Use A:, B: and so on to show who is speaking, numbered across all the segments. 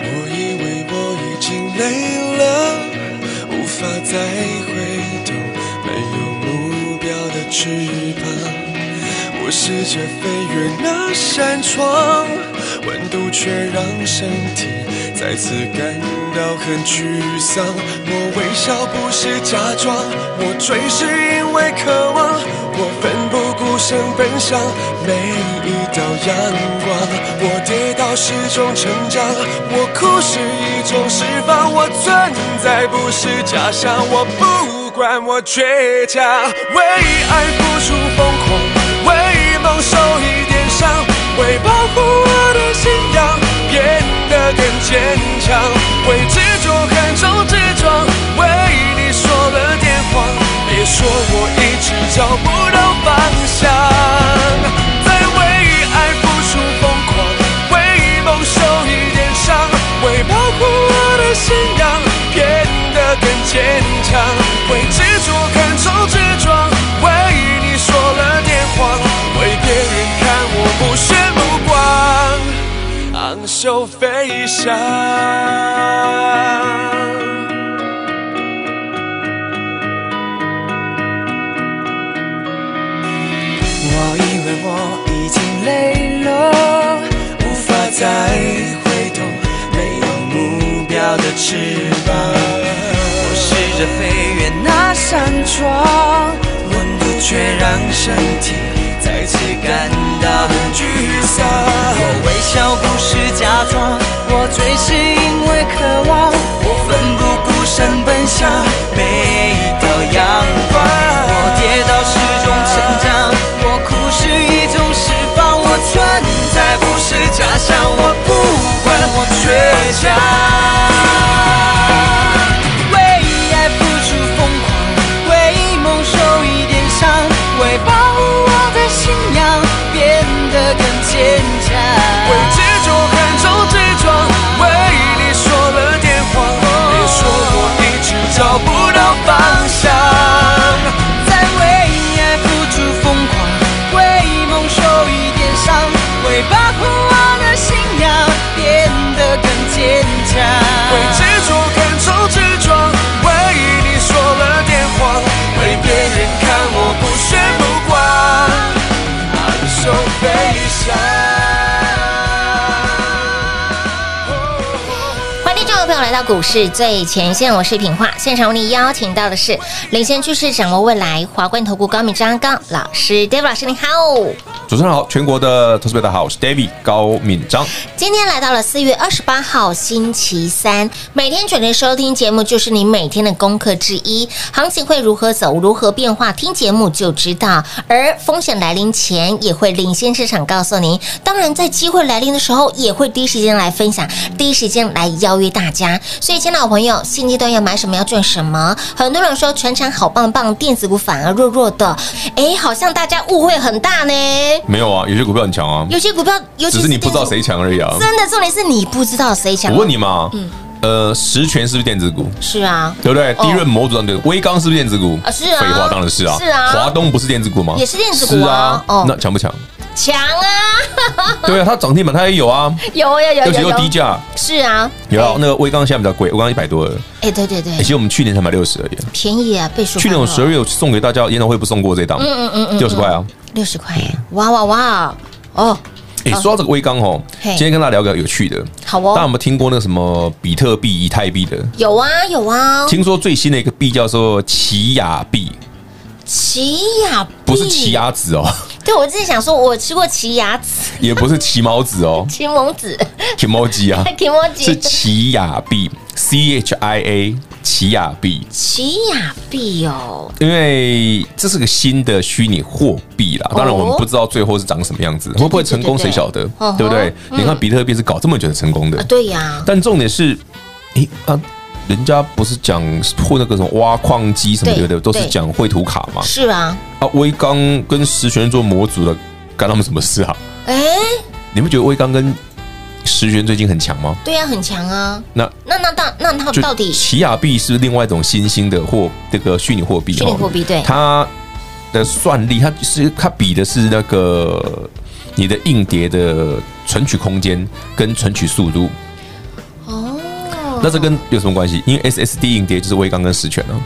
A: 我以为我已经累了，无法再回头，没有目标的翅膀。我试着飞越那扇窗，温度却让身体再次感到很沮丧。我微笑不是假装，我追是因为渴望，我奋不顾身奔向每一道阳光。我跌倒是种成长，我哭是一种释放，我存在不是假象，我不管我倔强，为爱付出疯狂。为梦受一点伤，为保护我的信仰变得更坚强，为执着横冲直撞，为你说了点谎，别说我一直找不到方向。在为爱付出疯狂，为梦受一点伤，为保护我的信仰变得更坚强，为执着横冲直撞，为你说了点谎，为别人看我不屑目光，昂首飞翔。我以为我已经累了，无法再挥动没有目标的翅膀。我试着飞越那扇窗，温度却让身体再次感到很沮丧。我微笑不是假装，我追是因为渴望，我奋不顾身奔向每一道阳光。我跌倒是种成长，我哭是一种释放，我存在不是假象，我不管我倔强。为爱付出疯狂，为梦受一点伤，为保护我的信仰变得更坚强。为执着横冲直撞，为你说了点谎，哦别说我一直找不到方向。在为爱付出疯狂，为梦受一点伤，为保护我的信仰变得更坚强。为执着横冲直撞，为你说了点谎，为别人看我不屑目光，昂首飞翔。
B: 欢迎听众朋友来到股市最前线，我是品化，现场为你邀请到的是领先趋势、掌握未来华冠投顾高敏章高老师，David 老师你好。
C: 主持人好，全国的投资者大家好，我是 David 高敏章。
B: 今天来到了四月二十八号星期三，每天准时收听节目就是你每天的功课之一。行情会如何走，如何变化，听节目就知道。而风险来临前，也会领先市场告诉您。当然，在机会来临的时候，也会第一时间来分享，第一时间来邀约大家。所以，亲爱的朋友，现阶段要买什么，要赚什么？很多人说全产好棒棒，电子股反而弱弱的，诶，好像大家误会很大呢。
C: 没有啊，有些股票很强啊，
B: 有些股票，尤其
C: 只是你不知道
B: 电子股
C: 谁强而已啊。
B: 真的重点是你不知道谁强。
C: 我问你，嘛，呃，实权是不是电子股？
B: 是啊，
C: 对不对？
B: 嗯哦
C: 低润模组上的微刚是不是电子股
B: 啊？是啊
C: 废话当然是啊。
B: 是啊
C: 华东不是电子股吗？
B: 也是电子股啊
C: 是
B: 哦
C: 那强不强？
B: 强啊，
C: 对啊，它涨停板它也有啊，
B: 有 有有
C: 而且
B: 有
C: 又低
B: 有，
C: 价。
B: 是啊，
C: 有啊
B: 哎，
C: 那个微刚现在比较贵，微刚一百多了。
B: 哎，对对对
C: 哎，其，实我们去年才买六十而已。
B: 便宜啊，倍数翻了。
C: 去年我十二月送给大家研讨会不送过这档，
B: 嗯嗯嗯
C: 六十块啊。
B: 六十块耶，哇哇哇，哦，
C: 哎，说到这个微刚哦，
B: 嘿
C: 今天跟大家聊个有趣的。
B: 好
C: 大家有
B: 哦，
C: 没有听过那个什么比特币、以太币的？
B: 有啊有啊，
C: 听说最新的一个币叫做奇亚币，
B: 奇亚币
C: 不是奇，亚籽哦，
B: 对我自己想说，我吃过奇亚籽、
C: 也不是奇毛籽哦
B: 奇蒙子、
C: ，emoji 啊，
B: 奇摩
C: 是
B: 吉、
C: 奇亚币 （C H I A 奇亚币，
B: 奇亚币哦，
C: 因为这是个新的虚拟货币
B: 哦
C: 啦。当然，我们不知道最后是长什么样子，会不会成功谁晓得
B: 对对，
C: 对不对
B: 嗯？哼
C: 你看比特币是搞这么久才成功
B: 啊
C: 的，
B: 对呀，
C: 但重点是，诶啊，人家不是讲或那个什么挖矿机什么
B: 对
C: 的，对不对都是
B: 对
C: 讲绘图卡嘛。
B: 是啊，
C: 啊，微刚跟石泉做模组的，干他们什么事啊？
B: 哎，
C: 你们觉得微刚跟石泉最近很强吗？
B: 对呀，很强啊。
C: 那
B: 那那到那他
C: 就
B: 到底
C: 奇亚币是另外一种新兴的货，这个虚拟货币哦。
B: 虚拟货币对
C: 它的算力，它是它比的是那个你的硬碟的存取空间跟存取速度。
B: 哦？
C: 那这跟有什么关系？因为 SSD 硬碟就是微刚跟石泉啊。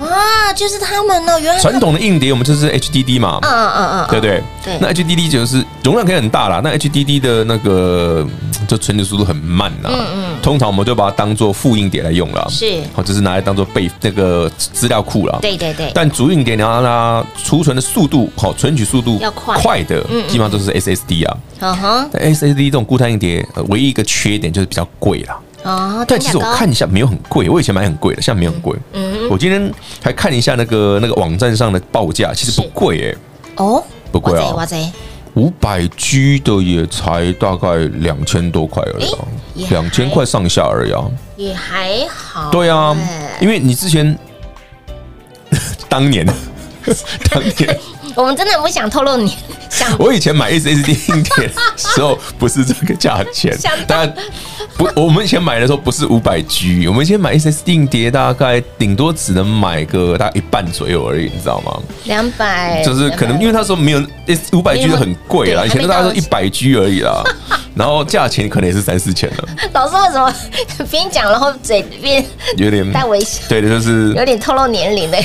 B: 哎啊，就是他们哦，原来
C: 传统的硬碟我们就是 HDD 嘛，
B: 嗯嗯嗯嗯，
C: 对不对？
B: 对
C: 那 HDD 就是容量可以很大啦，那 HDD 的那个嗯就存储速度很慢啦。
B: 嗯
C: 通常我们就把它当做副硬碟来用啦，
B: 是
C: 好，就是拿来当做备那个资料库啦。
B: 对对对，
C: 但主硬碟你要让它储存的速度，好，存取速度
B: 要快
C: 的，基本上都是 SSD 啊。
B: 嗯哼，
C: 但 SSD 这种固态硬碟，呃唯一一个缺点就是比较贵啦。
B: 哦，
C: 但其实我
B: 蛋糕
C: 看一下没有很贵，我以前买很贵的，现在没有很贵。
B: 嗯
C: 我今天还看一下那个那个网站上的报价，其实不
B: 是
C: 贵诶、
B: 哦，
C: 不贵啊
B: 哇塞哇塞，
C: 五百 G 的也才大概两千多块而已、啊
B: 诶也，哦
C: 两千块上下而已啊。
B: 也还好，
C: 对啊
B: 哎，
C: 因为你之前 当年， 当年
B: 我们真的不想透露你想
C: 我以前买 SSD 硬碟的时候不是这个价钱
B: 想到，
C: 大概不，我们以前买的时候不是五百 G，我们以前买 SSD 硬碟大概顶多只能买个大概一半左右而已，你知道吗？
B: 两百，
C: 就是可能因
B: 为
C: 为那时候没有五百 G
B: 没有
C: 的很贵啦，
B: 对
C: 以前
B: 还没
C: 都大概
B: 到
C: 都一百 G 而已 啦，然后价钱可能也是三四千啊了，
B: 老师为什么边讲然后嘴边
C: 有点
B: 带微 笑，
C: 对的，就是
B: 有点透露年龄的，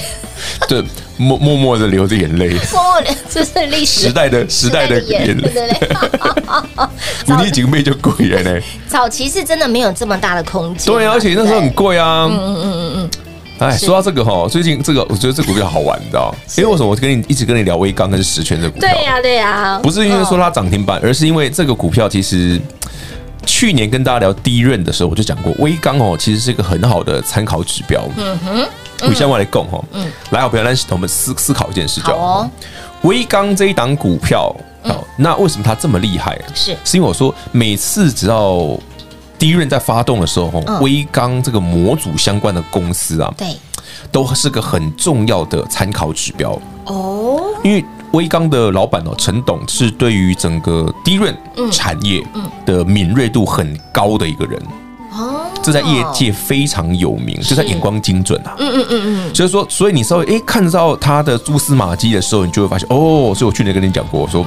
C: 对默默默的流着眼泪，
B: 默默的，这是历史
C: 时代的时代的眼
B: 对
C: 泪，
B: 对 对。
C: 你已经被就贵了呢，
B: 早期是真的没有这么大的空间嘛，
C: 对啊，而且那时候很
B: 对
C: 贵啊，嗯嗯嗯嗯。哎，说到这个哈，最近这个我觉得这股票好玩，你知道？因为为什么我跟你一直跟你聊微刚跟十全的股票？
B: 对啊呀对呀，
C: 不是因为说
B: 哦
C: 它涨停板，而是因为这个股票其实。去年跟大家聊第一任的时候，我就讲过，微钢哦，其实是一个很好的参考指标。嗯哼，以相关来供哈，嗯，来好朋友，来我们思思考一件事，就
B: 好哦，
C: 微钢这一档股票，哦，那为什么它这么厉害？啊
B: 是
C: 是因为我说每次只要第一任在发动的时候，哦，
B: 嗯
C: 微钢这个模组相关的公司啊，
B: 对
C: 都是个很重要的参考指标。
B: 哦，
C: 因为威刚的老板哦，陈董是对于整个低润
B: 嗯
C: 产业的敏锐度很高的一个人，
B: 哦，
C: 这在业界非常有名，就在眼光精准啊。
B: 嗯，嗯嗯嗯
C: 所以说，所以你稍微诶看到他的蛛丝马迹的时候，你就会发现哦。所以我去年跟你讲过，我说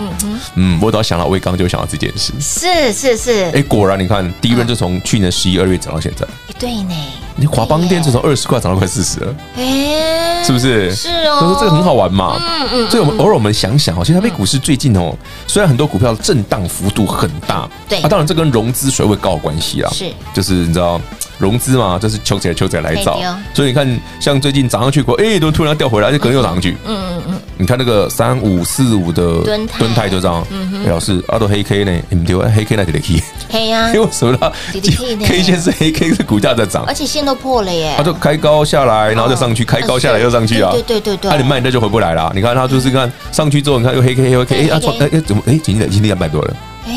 C: 嗯，我只要想到威刚，就会想到这件事。
B: 是是是，
C: 诶，果然你看，第一轮就从去年十一二月涨到现在，
B: 诶对呢，
C: 你华邦电就从二十块涨到快四十了，
B: 哎，
C: 是不是？
B: 是哦，
C: 他说这个很好玩嘛，
B: 嗯嗯
C: 所以我们偶尔我们想想哦，其实台北股市最近哦，虽然很多股票震荡幅度很大，
B: 对
C: 啊，当然这跟融资水位高有关系啦，
B: 是，
C: 就是你知道融资嘛，就是求起来求起来来造
B: 嘿对哦，
C: 所以你看像最近涨上去过，哎，都突然掉回来，就可能又涨上去，嗯嗯嗯，你看那个三五四五的
B: 敦泰嗯
C: 就这样，哎老师阿都黑 K 呢，哎你们丢啊黑 K 那里的 K，
B: 嘿呀
C: 因，为什么呢
B: 这个 K 嗯呢
C: K 线是黑 K 是股价在涨
B: 而。且线都破了耶嗯
C: 它，就开高下来，然后啊就上去，开高下来又上去啊！
B: 对对对对，
C: 那你卖人家就回不来啦。你看他就是看上去之后，你看又黑 K 又黑 K，
B: 对
C: 哎
B: 黑
C: 啊
B: K
C: 创哎哎怎么哎今天今天两百多了？
B: 哎，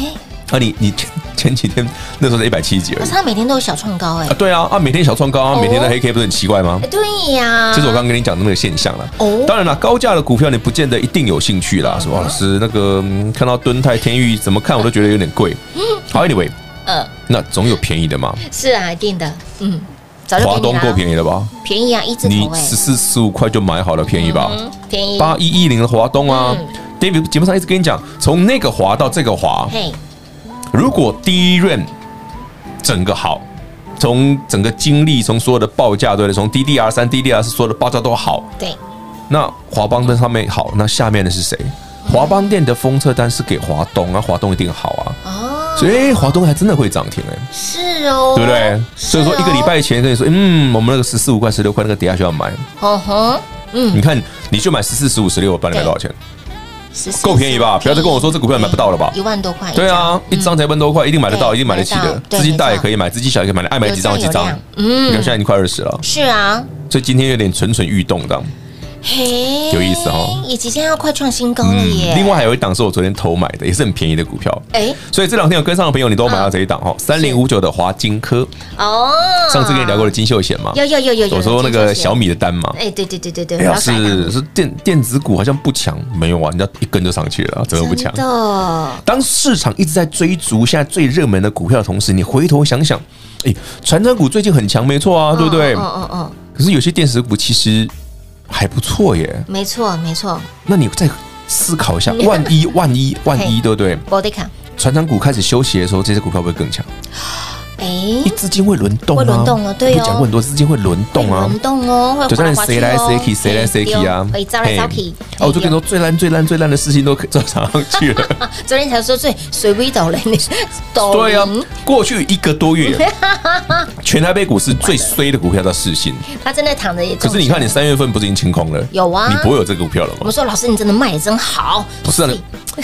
C: 啊你你前前几天那时候才一百七十几而
B: 可
C: 已
B: 是他每天都有小创高哎
C: 啊，，对啊啊每天小创高啊，
B: 哦
C: 每天的黑 K 不是很奇怪吗
B: 诶？对呀，
C: 这是我刚刚跟你讲的那个现象啦。
B: 哦
C: 当然啦，高价的股票你不见得一定有兴趣啦。什么老师那个嗯看到敦泰天域怎么看我都觉得有点贵。
B: 嗯
C: 好，anyway，
B: 呃
C: 那总有便宜的嘛。
B: 是啊，一定的，嗯，早就
C: 华东够
B: 便宜啦
C: 便宜了吧？
B: 便宜啊，一字
C: 你
B: 头哎
C: 十，四十五块就买好了，便宜吧？
B: 嗯便宜
C: 八一一零的华东啊、
B: 嗯
C: d a v i d 节目上一直跟你讲，从那个华到这个华，
B: 嘿，
C: 如果第一任整个好，从整个经历，从所有的报价，对不对？从 DDR 三、DDR 四所有的报价都好，
B: 对，
C: 那华邦跟上面好，那下面的是谁？
B: 嗯
C: 华邦店的封测单是给华东啊，华东一定好啊，
B: 哦，
C: 所以哎华东还真的会涨停哎、
B: 是哦，
C: 对不对？所以说一个礼拜前跟你说，嗯，我们那个十四五块、十六块那个底下需要买，
B: 哦吼，嗯，
C: 你看你就买十四、十五、十六，我帮你买多少钱？
B: 14
C: 够便宜吧？不要再跟我说这股票买不到了吧
B: 一？万多块，
C: 对啊，一张才一万多块，一定买得到，
B: 嗯对
C: 一定买得起
B: 买得
C: 的
B: 到。对
C: 资金大
B: 没
C: 也
B: 错
C: 可以买，资金小也可以买，爱买几张有几
B: 有
C: 张
B: 量。嗯
C: 嗯，你看现在已经快二十了，
B: 是啊，
C: 所以今天有点蠢蠢欲动的。
B: 嘿，
C: 有意思哦，嗯
B: 也即将要快创新高了耶。
C: 另外，还有一档是我昨天偷买的，也是很便宜的股票。
B: 哎，
C: 所以这两天有跟上的朋友，你都有买
B: 嗯
C: 到这一档哈，三零五九的华金科，
B: 哦，
C: 上次跟你聊过的金秀贤嘛，
B: 有，有有有有，
C: 我说那个小
B: 米，
C: 米的单嘛，
B: 哎，对对对对对，
C: 哎呀
B: 老板啊
C: 是是电电子股好像不强，没有啊，人家一根就上去了，怎么不强啊
B: 真？的，
C: 当市场一直在追逐现在最热门的股票的同时，你回头想想，哎，传产股最近很强，没错啊，对不对
B: 嗯？嗯嗯嗯，
C: 可是有些电子股其实还不错耶，
B: 没错没错，
C: 那你再思考一下，万一万一万一，
B: 嘿
C: 对不对？
B: 我得看，
C: 传产股开始休息的时候，这些股票会不会更强？
B: 哎
C: 因为，资金会轮动啊，
B: 会轮动哦对哦
C: 我讲过很多，资金会轮动啊
B: 会。轮动哦，会
C: 就
B: 划
C: 在
B: 来划
C: 谁
B: 去
C: 来
B: 哦
C: 谁去，谁来谁去啊
B: 哎，对哦哎，招来招去
C: 嘿。啊，我就跟你说，最烂、最烂、最烂的事情都可都涨上去了。
B: 哎，昨天才说最随微抖了，你抖
C: 对啊
B: 零，
C: 过去一个多月，啊 全台北股市最衰的股票叫世信。
B: 他真的躺着也中
C: 可
B: 奖。
C: 是你看，你三月份不是已经清空了？
B: 有啊
C: 你不会有这个股票了
B: 我
C: 吗
B: 们？说老师，你真的卖的真好，
C: 不是啊，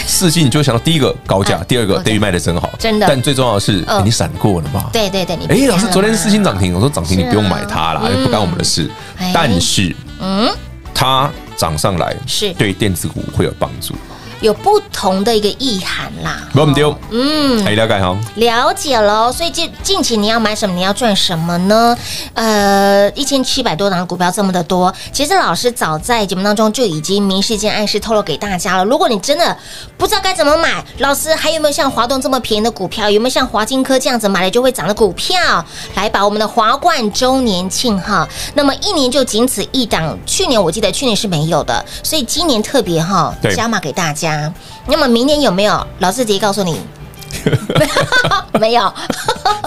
C: 世信你就会想到第一个高价，
B: 啊
C: 第二个
B: 高价
C: David 卖的真好，
B: 真的
C: 但最重要的是，
B: 嗯
C: 哎你闪过了嘛？
B: 对对对，你
C: 哎、老师，昨天四
B: 事情
C: 星涨停，我说涨停你
B: 是啊
C: 不用买它啦，
B: 嗯
C: 又不干我们的事。
B: 哎
C: 但是，
B: 嗯
C: 嗯，它涨上来
B: 是哦
C: 对电子股会有帮助，
B: 有不同的一个意涵啦，
C: 不要我们丢，
B: 嗯，
C: 哎，了解 哈。
B: 了解喽。所以近近期你要买什么，你要赚什么呢？呃，一千七百多档的股票这么的多，其实老师早在节目当中就已经明示间暗示透露给大家了。如果你真的不知道该怎么买，老师还有没有像华东这么便宜的股票？有没有像华金科这样子买了就会涨的股票？来把我们的华冠周年庆哈，那么一年就仅此一档。去年我记得去年是没有的，所以今年特别哈
C: 对
B: 加码给大家。那么明年有没有？老师直接告诉你。哦没有，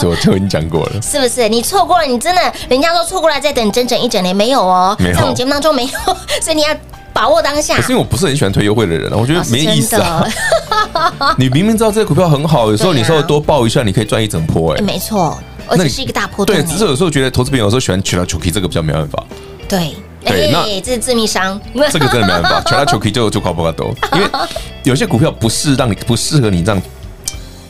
C: 这我就已经讲过了。
B: 是不是？你错过了，你真的，人家说错过了再等整整一整年，没有哦，
C: 没有
B: 在我们节目当中没有， 所以你要把握当下
C: 可。是因为我不是很喜欢推优惠的人啊，我觉得
B: 老师
C: 没意思啊
B: 真。哦
C: 你明明知道这个股票很好，有时候
B: 对啊
C: 你稍微多报一下，你可以赚一整波哎
B: 哎。没错，而
C: 那
B: 且
C: 你
B: 是一个大波段
C: 对，
B: 哎。
C: 只是有时候觉得投资朋友有时候喜欢 c h u k 这个比较没 办法，
B: 对，
C: 对那
B: 哎，这是致命伤。
C: 这个真的没办法 c h u k 就就搞不搞多，因为有些股票不是让你不适合你这样，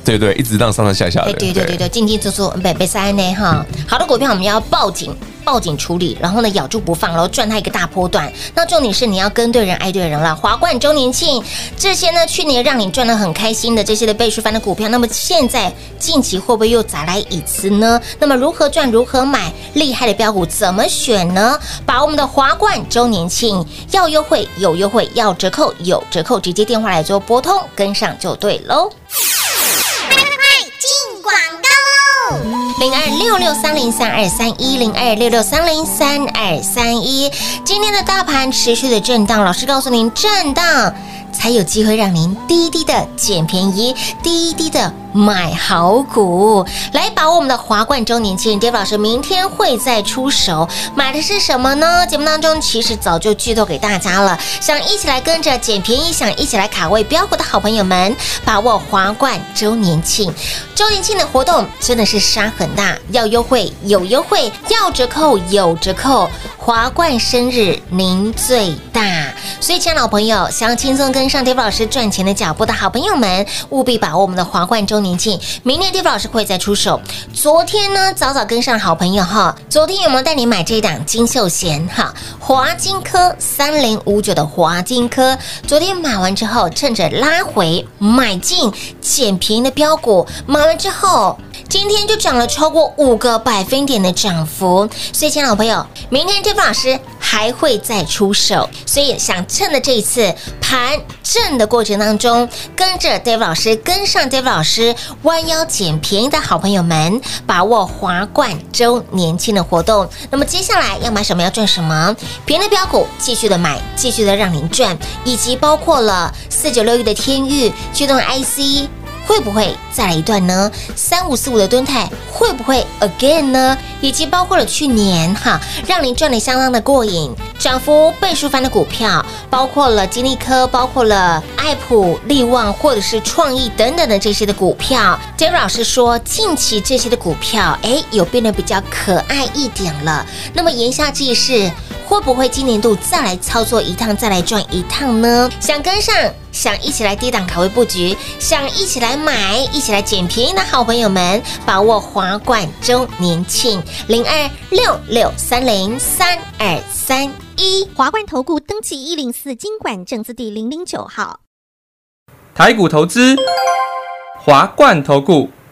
C: 对不对？一直让上上下下
B: 哎，
C: 的。
B: 对对对对，进进出出，北北嗯塞呢哈。好的股票我们要报警。报警处理，然后呢咬住不放，然后赚它一个大波段。那重点是你要跟对人爱对人了。华冠周年庆这些呢，去年让你赚得很开心的这些的倍数翻的股票，那么现在近期会不会又再来一次呢？那么如何赚，如何买，厉害的标股怎么选呢？把我们的华冠周年庆要优惠有优惠，要折扣有折扣，直接电话来做拨通，跟上就对喽。零二六六三零三二三一零二六六三零三二三一。今天的大盘持续的震荡，老师告诉您，震荡才有机会让您低低的捡便宜，低低的买好股。来把握我们的华冠周年庆，Dave 老师明天会再出手，买的是什么呢？节目当中其实早就剧透给大家了，想一起来跟着捡便宜，想一起来卡位标股的好朋友们，把握华冠周年庆。周年庆的活动真的是杀很大，要优惠有优惠，要折扣有折扣。华冠生日您最大，所以，亲爱的老朋友，想要轻松跟上 Dave 老师赚钱的脚步的好朋友们，务必把握我们的华冠周年庆。明年 Dave 老师会再出手。昨天呢，早早跟上的好朋友哈，昨天有没有带你买这一档金秀贤哈？华金科三零五九的华金科，昨天买完之后，趁着拉回买进捡便宜的标股，买完之后。今天就涨了超过五个百分点的涨幅，所以，亲爱的老朋友，明天 Dave 老师还会再出手，所以想趁着这一次盘震的过程当中，跟着 Dave 老师，跟上 Dave 老师，弯腰捡便宜的好朋友们，把握华冠周年庆的活动。那么接下来要买什么，要赚什么？便宜的标股继续的买，继续的让您赚，以及包括了四九六一的天域驱动 IC。会不会再来一段呢？三五四五的蹲态会不会 again 呢？以及包括了去年哈，让您赚得相当的过瘾，涨幅倍数翻的股票，包括了金利科，包括了爱普、利旺或者是创意等等的这些的股票。David 老师说，近期这些的股票，哎，有变得比较可爱一点了。那么言下之意是。会不会今年度再来操作一趟，再来赚一趟呢？想跟上，想一起来低档卡位布局，想一起来买，一起来捡便宜的好朋友们，把握华冠周年庆零二六六三零三二三一。
D: 华冠投顾登记一零四经管证字第零零九号。
E: 台股投资，华冠投顾。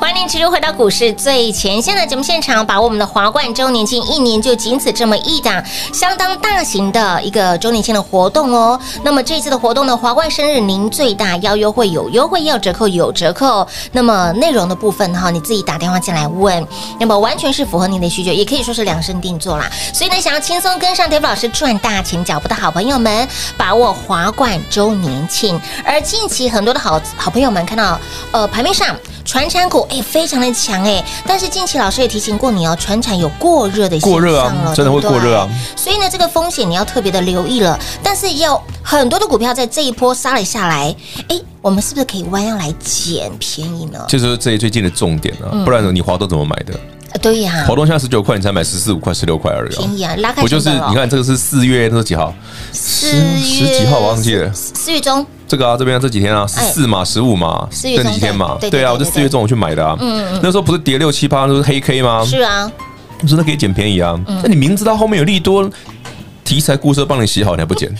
B: 欢迎持续回到股市最前线的节目现场，把握我们的华冠周年庆，一年就仅此这么一档，相当大型的一个周年庆的活动哦。那么这次的活动呢，华冠生日您最大要优惠有优惠，要折扣有折扣。那么内容的部分哈，你自己打电话进来问，那么完全是符合您的需求，也可以说是量身定做啦。所以呢，想要轻松跟上 Dave 老师赚大钱脚步的好朋友们，把握华冠周年庆。而近期很多的好好朋友们看到，呃，盘面上传产股哎、非常的强哎、但是近期老师也提醒过你哦，传产有过热的
C: 过热啊
B: 现象了
C: 真的会过热啊
B: 对不对所以呢，这个风险你要特别的留意了。但是也有很多的股票在这一波杀了下来，哎、我们是不是可以弯腰来捡便宜呢？
C: 这就是这最近的重点
B: 嗯
C: 啊，不然你华东怎么买的？
B: 呃对呀、
C: 华东现在十九块，你才买十四五块、十六块而已、
B: 便宜啊，拉开
C: 我就是
B: 成本哦
C: 你看这个是四月那是几号？
B: 四
C: 十
B: 月
C: 几号我忘记了。
B: 四四月中，
C: 这个啊，这边这几天啊，十四嘛，十五嘛，
B: 哎四月
C: 这
B: 中
C: 几天嘛，
B: 对对
C: 对啊，
B: 对
C: 我
B: 对嗯
C: 就四月中我去买的啊，那时候不是跌六七八，那是黑 K 吗？
B: 是嗯啊，
C: 我说那可以捡便宜啊，那你明知道后面有利多，题材故事都帮你洗好，你还 不捡？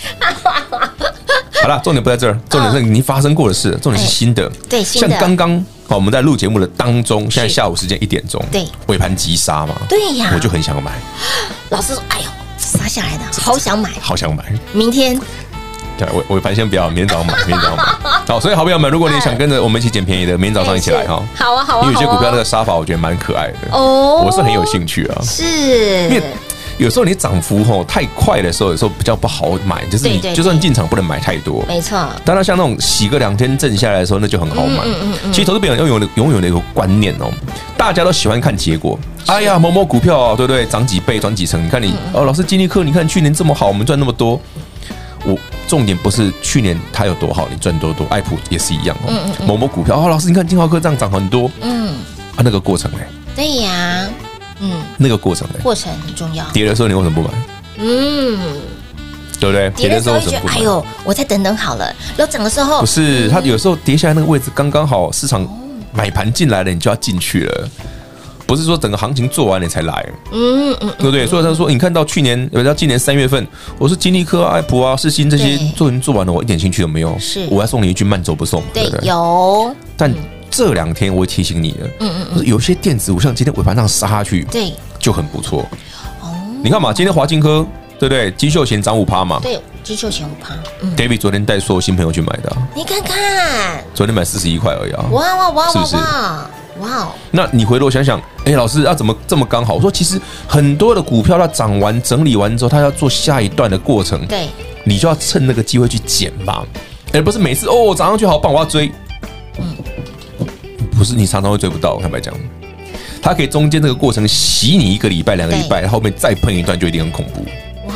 C: 好了，重点不在这儿，重点是你发生过的事，重点是新的。
B: 嗯哎对新的
C: 像刚刚哦我们在录节目的当中，现在下午时间一点钟，
B: 对，
C: 尾盘急杀嘛，
B: 对啊呀
C: 我就很想买，
B: 老师说，哎呦，杀下来的，好想买，
C: 好想买。
B: 明天
C: 对，啊尾尾盘先不要，明天早上买，明天 早上买。好，所以好朋友们，如果你
B: 哎
C: 想跟着我们一起捡便宜的，明天早上一起来哈。
B: 好啊，好啊，
C: 因为有些
B: 好啊
C: 股票那个杀法，我觉得蛮可爱的，
B: 哦
C: 我是很有兴趣啊。因为
B: 是，
C: 有时候你涨幅吼太快的时候，有时候比较不好买，就是
B: 对
C: 你
B: 对对
C: 就算进场不能买太多。
B: 没错，
C: 当然，像那种洗个两天震下来的时候，那就很好买。
B: 嗯
C: 其实投资朋友要有拥有的一个观念哦，大家都喜欢看结果。哎呀，某某股票啊，对不对？涨几倍，涨几成？你看你
B: 嗯
C: 哦，老师金立科，你看去年这么好，我们赚那么多。我重点不是去年它有多好，你赚多多。爱普也是一样哦，某某股票哦，老师你看金豪科这样涨很多
B: 嗯，
C: 啊，那个过程哎，
B: 对呀，嗯，
C: 那个过程哎，
B: 过程很重要，
C: 跌的时候你为什么不买？
B: 嗯，
C: 对不对？
B: 跌的时候
C: 为
B: 就
C: 什
B: 觉
C: 么
B: 得，
C: 不买
B: 哎呦，嗯我再等等好了，然后涨的时候
C: 不，是，它有时候跌下来那个位置刚刚好，市
B: 哦
C: 场买盘进来了，你就要进去了。不是说整个行情做完你才来，
B: 嗯嗯，
C: 对不对？所以他说，你看到去年，呃，到今年三月份，我是金利科、爱普啊、世新这些
B: 对
C: 做人做完了，我一点兴趣都没有。
B: 是
C: 我还送你一句慢走不送，
B: 对
C: 对不，对？
B: 有，嗯
C: 但这两天我也提醒你了，嗯嗯，有些电子股像今天尾盘上杀下去，
B: 对，哦
C: 就很不错。你看嘛，今天华金科，对不对？金秀贤涨五趴嘛
B: 对，金秀贤五趴，嗯，
C: ，David 昨天带所有新朋友去买的啊，
B: 你看看，
C: 昨天买四十一块而已啊。
B: 哇哇哇
C: 是
B: 哇
C: 不是嗯
B: 哇，哇，
C: 那你回头想想，哎、老师，啊、怎么这么刚好？我说，其实很多的股票它涨完、整理完之后，它要做下一段的过程，
B: 对，
C: 你就要趁那个机会去捡嘛。而不是每次哦涨上去好棒，我要追。不是你常常会追不到，坦白讲，它可以中间这个过程洗你一个礼拜、两个礼拜，后面再喷一段就一定很恐怖。哇！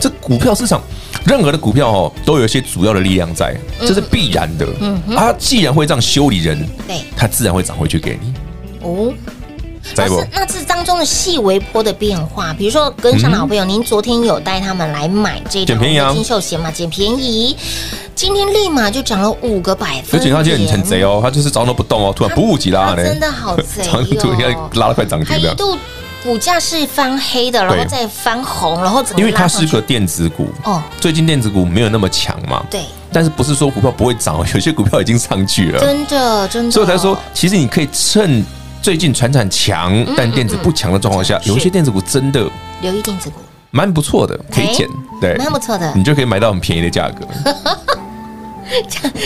C: 这股票市场任何的股票哦，都有一些主要的力量在，这是必然的。嗯，它既然会这样修理人，
B: 对
C: 它自然会涨回去给你，
B: 哦，
C: 在
B: 老
C: 不
B: 师？，那这当中的细微波的变化，比如说跟上的好朋友，您昨天有带他们来买这
C: 嗯捡
B: 种
C: 便宜啊
B: 金秀鞋嘛，捡便宜，今天立马就涨了五个百
C: 所
B: 分
C: 以警察今天
B: 点
C: 很贼哦，他就是涨都不动哦，突然不急拉
B: 它
C: 呢，
B: 真的 好贼
C: 涨突然
B: 哦，
C: 拉到快涨
B: 它
C: 停
B: 一
C: 了。
B: 度股价是翻黑的，然后
C: 对
B: 再翻红，然后怎么
C: 因为
B: 拉
C: 它
B: 上
C: 是
B: 去？
C: 个电子股，
B: 哦，
C: 最近电子股没有那么强嘛，
B: 对，
C: 但是不是说股票不会涨哦， 有些股票已经上去了，
B: 真的真的，
C: 呃所以我才说，其实你可以趁最近船产强
B: 嗯
C: 但电子不强的状况下，
B: 是
C: 有一些电子股真的
B: 留意电子股，
C: 蛮不错的，可以捡，对，
B: 蛮不错的
C: 你就可以买到很便宜 的价格。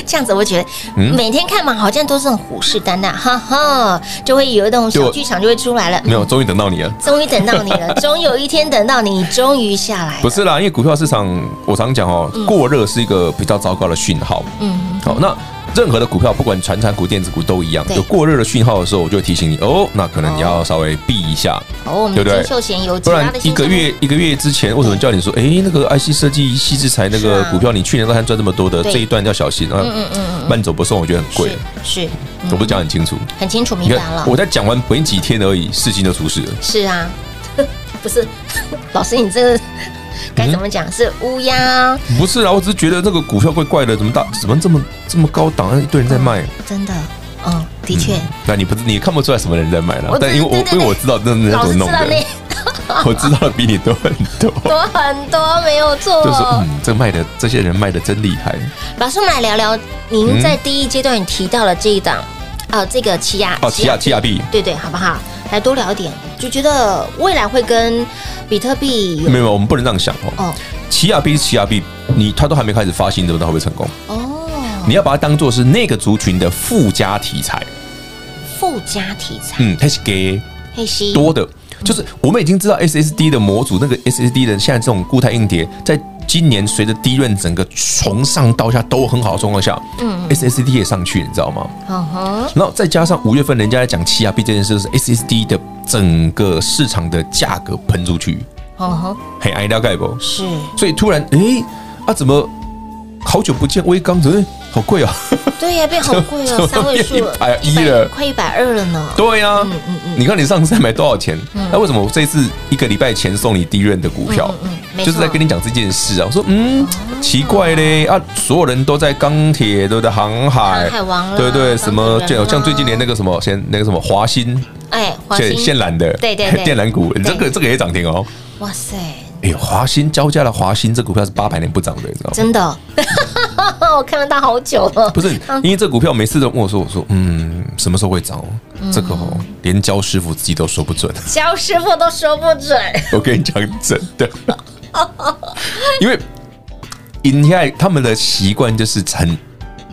B: 这样子我觉得、
C: 嗯
B: 每天看嘛，好像都是很虎视眈眈，哈哈，就会有一种小
C: 就
B: 剧场就会出来了。嗯
C: 没有，终于等到你了。
B: 终于等到你 了，终有一天等到你，终于下来了。
C: 不是啦，因为股票市场，我常讲哦，
B: 嗯
C: 过热是一个比较糟糕的讯号。嗯，好，那任何的股票，不管传产股、电子股都一样，
B: 对
C: 有过热的讯号的时候，我就会提醒你哦，那可能你要稍微避一下，
B: 哦，我们
C: 对不对
B: 金秀贤有其
C: 不
B: 他
C: 然
B: 的
C: 一
B: 新
C: 个
B: 产品
C: 月一个月之前，为什么叫你说，哎，那个 IC 设计、西制材那
B: 是
C: 个
B: 啊
C: 股票，你去年都还赚这么多的，
B: 对
C: 这一段要小心啊，
B: 嗯
C: 慢走不送，我觉得很贵，
B: 是是
C: 我不是讲很清楚。
B: 很清楚
C: 你
B: 明白
C: 看，我
B: 了，
C: 在讲完没几天而已，事情就出事了。
B: 是啊， 不是 老师，你这
C: 嗯
B: 个该怎么讲？是乌鸦，
C: 不是啊，我只是觉得这个股票怪怪的，怎么大，怎么这么这么高档，一堆人在卖。
B: 真的，嗯，哦的确，
C: 那你不是你看不出来什么人在买了
B: 我，
C: 但因为我
B: 对对对
C: 因为我知道那那
B: 老
C: 怎么
B: 师
C: 弄
B: 知道
C: 的，
B: 那
C: 我知道的比你多很 多，
B: 多很多没有错。
C: 就是嗯，这卖的这些人卖的真厉害，
B: 老师，我们来聊聊您
C: 嗯
B: 在第一阶段你提到了这一档，呃，这个奇亚
C: 哦，奇亚奇亚币
B: 对对，好不好？来多聊一点，就觉得未来会跟比特币有
C: 没有，没有我们不能这样想哦。
B: 哦
C: 奇亚币是奇亚币，你它都还没开始发行，你怎么知道会不会成功？
B: 哦
C: 你要把它当做是那个族群的附加题材，
B: 附加题材，
C: 嗯，它是给
B: 嘿西
C: 多的，就是我们已经知道 SSD 的模组，那个 SSD 的现在这种固态硬碟，在今年随着低润整个从上到下都很好的状况下，嗯，SSD 也上去，你知道吗？
B: 嗯哼，
C: 然后再加上五月份人家在讲气压币这件事，是 SSD 的整个市场的价格喷出去，
B: 嗯 哼，
C: 很爱了解不？
B: 是
C: 所以突然，诶，啊，怎么好久不见微刚，怎么好 贵啊？
B: 对呀，变好贵
C: 怎
B: 哦，
C: 么
B: 三位数了，
C: 变110了
B: 快一百二了呢。
C: 对呀、
B: 嗯
C: 你看你上次才买多少钱？那为什么我这次一个礼拜前送你低润的股票？
B: 嗯，没
C: 就是在跟你讲这件事啊，我说嗯，奇怪嘞啊，所有人都在钢铁，对不对？航海，
B: 航海王啦
C: 对对，
B: 钢铁人啊
C: 什么
B: 啦
C: 就像最近连那个什么，先那个什么华新，
B: 哎，华
C: 现现
B: 兴，
C: 缆的，
B: 对对对
C: 电缆股，
B: 对
C: 这个这个也涨停哦。
B: 哇塞，
C: 哎，华新交加了华新，这股票是八百年不涨的，你知道吗？
B: 真的， 我看了它好久了，嗯
C: 不是，因为这股票每次都问我说，我说嗯，什么时候会涨哦？
B: 嗯
C: 这个哦，连焦师傅自己都说 不准。
B: 肖师傅都说不准，
C: 我跟你讲真的， 因为因为他们的习惯就是很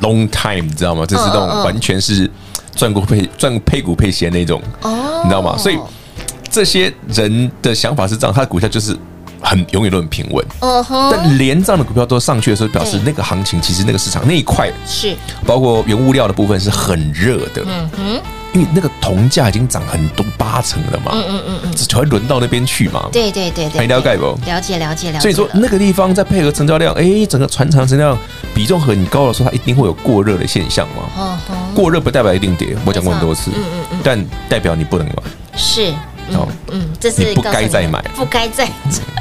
C: long time，你知道吗？就是那
B: 嗯
C: 种完全是赚股配赚配股配息的那种，
B: 哦
C: 你知道吗？所以这些人的想法是这样，他的股价就是很永远都很平稳。
B: 嗯哼，
C: 但连这样的股票都上去的时候，表示
B: 对
C: 那个行情其实那个市场那一块，
B: 是，
C: 包括原物料的部分是很热的。
B: 嗯哼，
C: 因为那个铜价已经涨很多八成了嘛，
B: 嗯嗯嗯，
C: 这才会轮到那边去嘛。
B: 对对对对，
C: 还了解不
B: 了解了解了解了，
C: 所以说那个地方再配合成交量，哎，整个船长成交量比重很高的时候，它一定会有过热的现象嘛。
B: 嗯哼，
C: 过热不代表一定跌，我讲过很多次，
B: 嗯嗯嗯
C: 但代表你不能买。
B: 是。
C: 好
B: 嗯嗯，这是
C: 哦你不
B: 告诉
C: 该再
B: 你
C: 买
B: 不该再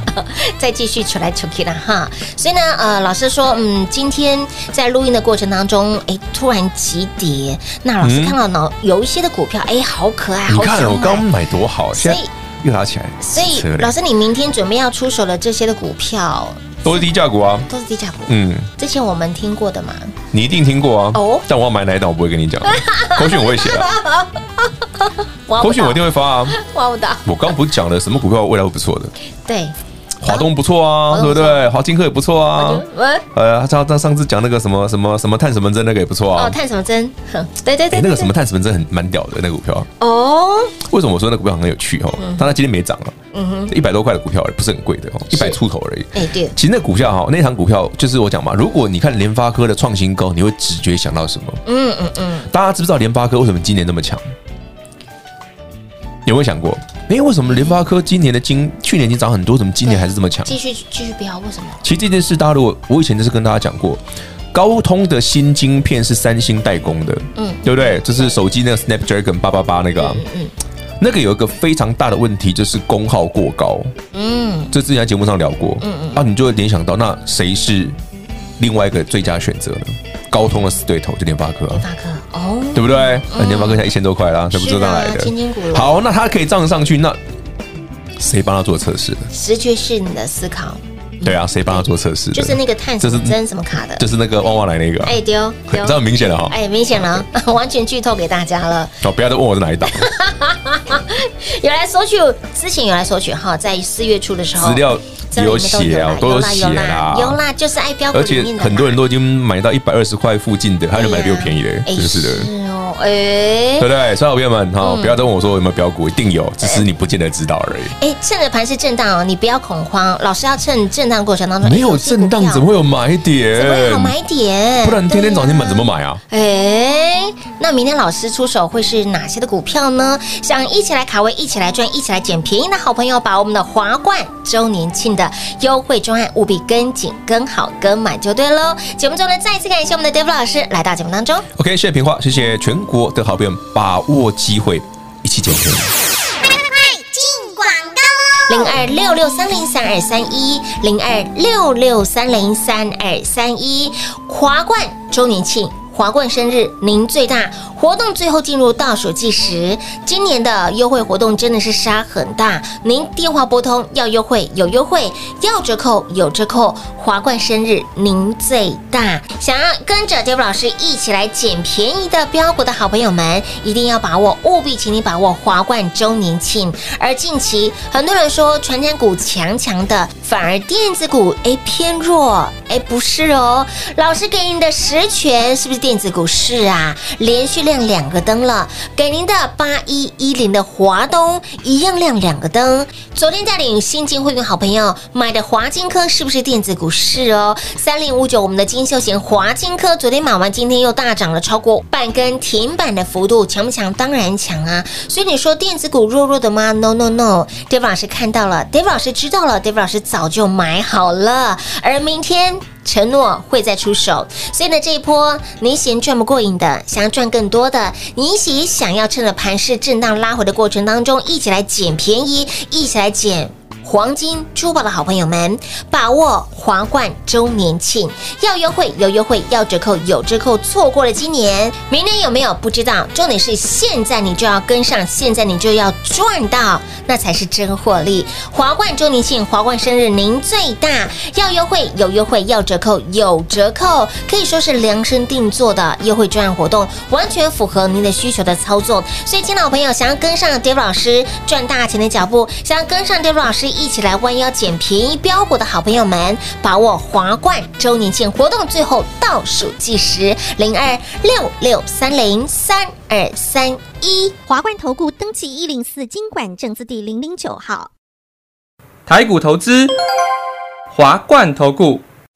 B: 再继续求来求去了哈。所以呢，呃，老师说，嗯，今天在录音的过程当中，哎，突然急跌，那老师
C: 嗯
B: 看到脑有一些的股票，哎，好可爱，
C: 你
B: 好
C: 看哦
B: 想
C: 我
B: 买
C: 刚买多好，
B: 所
C: 现
B: 以
C: 在又拉起来，
B: 所以
C: 扯嘞
B: 老师，你明天准备要出手的这些的股票
C: 都是低价股啊。
B: 都是低价股，
C: 嗯，
B: 之前我们听过的嘛，
C: 你一定听过啊。
B: 哦
C: 但我要买哪一档，我不会跟 你讲。口讯我会写啊，
B: 挖
C: 口
B: 不
C: 讯我
B: 到
C: 一，定会发啊。
B: 挖不到，
C: 我刚不是讲了什么股票未来会不错的，
B: 对，
C: 华东不错啊，
B: 华东
C: 对
B: 不错
C: 不对？华金科也不错啊。
B: 我
C: 呃，他他上次讲那个什么什么什么碳什么针那个也不错
B: 哦，
C: 啊。
B: 探什么针？哼对对
C: 哎
B: 对，，
C: 那
B: 对
C: 个什么碳什么针很蛮屌的那个股票啊。
B: 对哦，
C: 为什么我说那股票很有趣哦？当然今天没涨了，
B: 嗯哼，
C: 一百多块的股票而已不是很贵的哦，一百出头而已。
B: 哎对，
C: 其实那股票哈，那堂股票就是我讲嘛，如果你看联发科的创新高，你会直觉想到什么？
B: 嗯嗯嗯，
C: 大家知不知道联发科为什么今年那么强？有没有想过？哎、为什么联发科今年的今去年已经涨很多，怎么今年还是这么强？
B: 继续继续标，为什么？
C: 其实这件事，大家如果我以前就是跟大家讲过，高通的新晶片是三星代工的，
B: 嗯嗯
C: 嗯，对不对？就是手机那个 Snapdragon 八八八那个、啊，那个有一个非常大的问题就是功耗过高，
B: 嗯，
C: 这之前在节目上聊过，嗯嗯，啊，你就会联想到那谁是另外一个最佳选择呢？高通的死对头就联发科啊、
B: 大哥哦，
C: 对不对？那联发科才一千多块啦，这不
B: 是
C: 就刚
B: 啊
C: 来的
B: 金金股？了
C: 好，那它可以涨上去，那谁帮他做测试的？
B: 直觉是你的思考，
C: 对啊，谁帮他做测试的？
B: 嗯就是那个碳什么
C: 这是
B: 针什么卡的，
C: 就是那个旺旺来那个啊，
B: 哎丢
C: 很
B: 丢
C: 这，样很明显了哈。
B: 哎明显了， 完全剧透给大家了。
C: 哦，不要再问我是哪一 档，
B: 哦有来索取，之前有来索取哈，在四月初的时候，
C: 资料
B: 资料
C: 有
B: 里面都
C: 写啊，都有
B: 啦
C: 写
B: 有啦有
C: 啦。
B: 啦，就是爱标股
C: 而
B: 里
C: 且
B: 面的啦，
C: 很多人都已经买到一百二十块附近的，还有人买比我便宜的，
B: 哎
C: 真是的，
B: 是嗯哦，哎
C: 对不对？所以好朋友们哈，不要再问我说有没有标股，一定有，只是你不见得知道而已。
B: 哎，趁着盘势震荡哦，你不要恐慌，老师要趁震荡过程当中，
C: 没有
B: 哎
C: 震荡怎么会有买点
B: 怎么会好？买点？
C: 不然天天涨停
B: 对
C: 板
B: 啊
C: 怎么买啊？
B: 哎，那明天老师出手会是哪些的股票呢？想一起来卡位、一起来赚、一起来捡便宜的好朋友，把我们的华冠周年庆的优惠专案务必跟紧、跟好、跟满就对喽。节目中呢，再次感谢我们的 Dave 老师来到节目当中。
C: OK，谢谢平花，谢谢全国的好朋友们，把握机会，一起减肥。
B: 零二六六三零三二三一，零二六六三零三二三一，华冠周年庆。华冠生日，您最大活动最后进入倒数计时，今年的优惠活动真的是杀很大。您电话拨通要优惠有优惠，要折扣有折扣。华冠生日您最大，想要跟着 Dave 老师一起来捡便宜的标股的好朋友们，一定要把握，务必请你把握华冠周年庆。而近期很多人说传产股强强的，反而电子股哎偏弱，哎不是哦，老师给您的实权是不是电子股是啊？连续亮两个灯了，给您的八一一零的华东一样亮两个灯。昨天带领新进会员好朋友买的华金科是不是电子股是哦？三零五九我们的金秀贤华金科昨天买完，今天又大涨了超过半根停板的幅度，强不强？当然强啊！所以你说电子股弱弱的吗？No No No，Dave 老师看到了，Dave 老师知道了，Dave 老师早就买好了，而明天。承诺会再出手，所以呢，这一波你嫌赚不过瘾的，想要赚更多的，你也想要趁着盘势震荡拉回的过程当中，一起来捡便宜，一起来捡。黄金珠宝的好朋友们，把握华冠周年庆，要优惠有优惠，要折扣有折扣，错过了今年，明年有没有不知道。重点是现在你就要跟上，现在你就要赚到，那才是真获利。华冠周年庆，华冠生日您最大，要优惠有优惠，要折扣有折扣，可以说是量身定做的优惠专案活动，完全符合您的需求的操作。所以，亲爱的朋友，想要跟上 Dave 老师赚大钱的脚步，想要跟上 Dave 老师一起来弯腰捡便宜标股的好朋友们，把握华冠周年庆活动最后倒数计时零二六六三零三二三一。
D: 华冠投顾登记一零四经管证字第零零九号。
E: 台股投资，华冠投顾。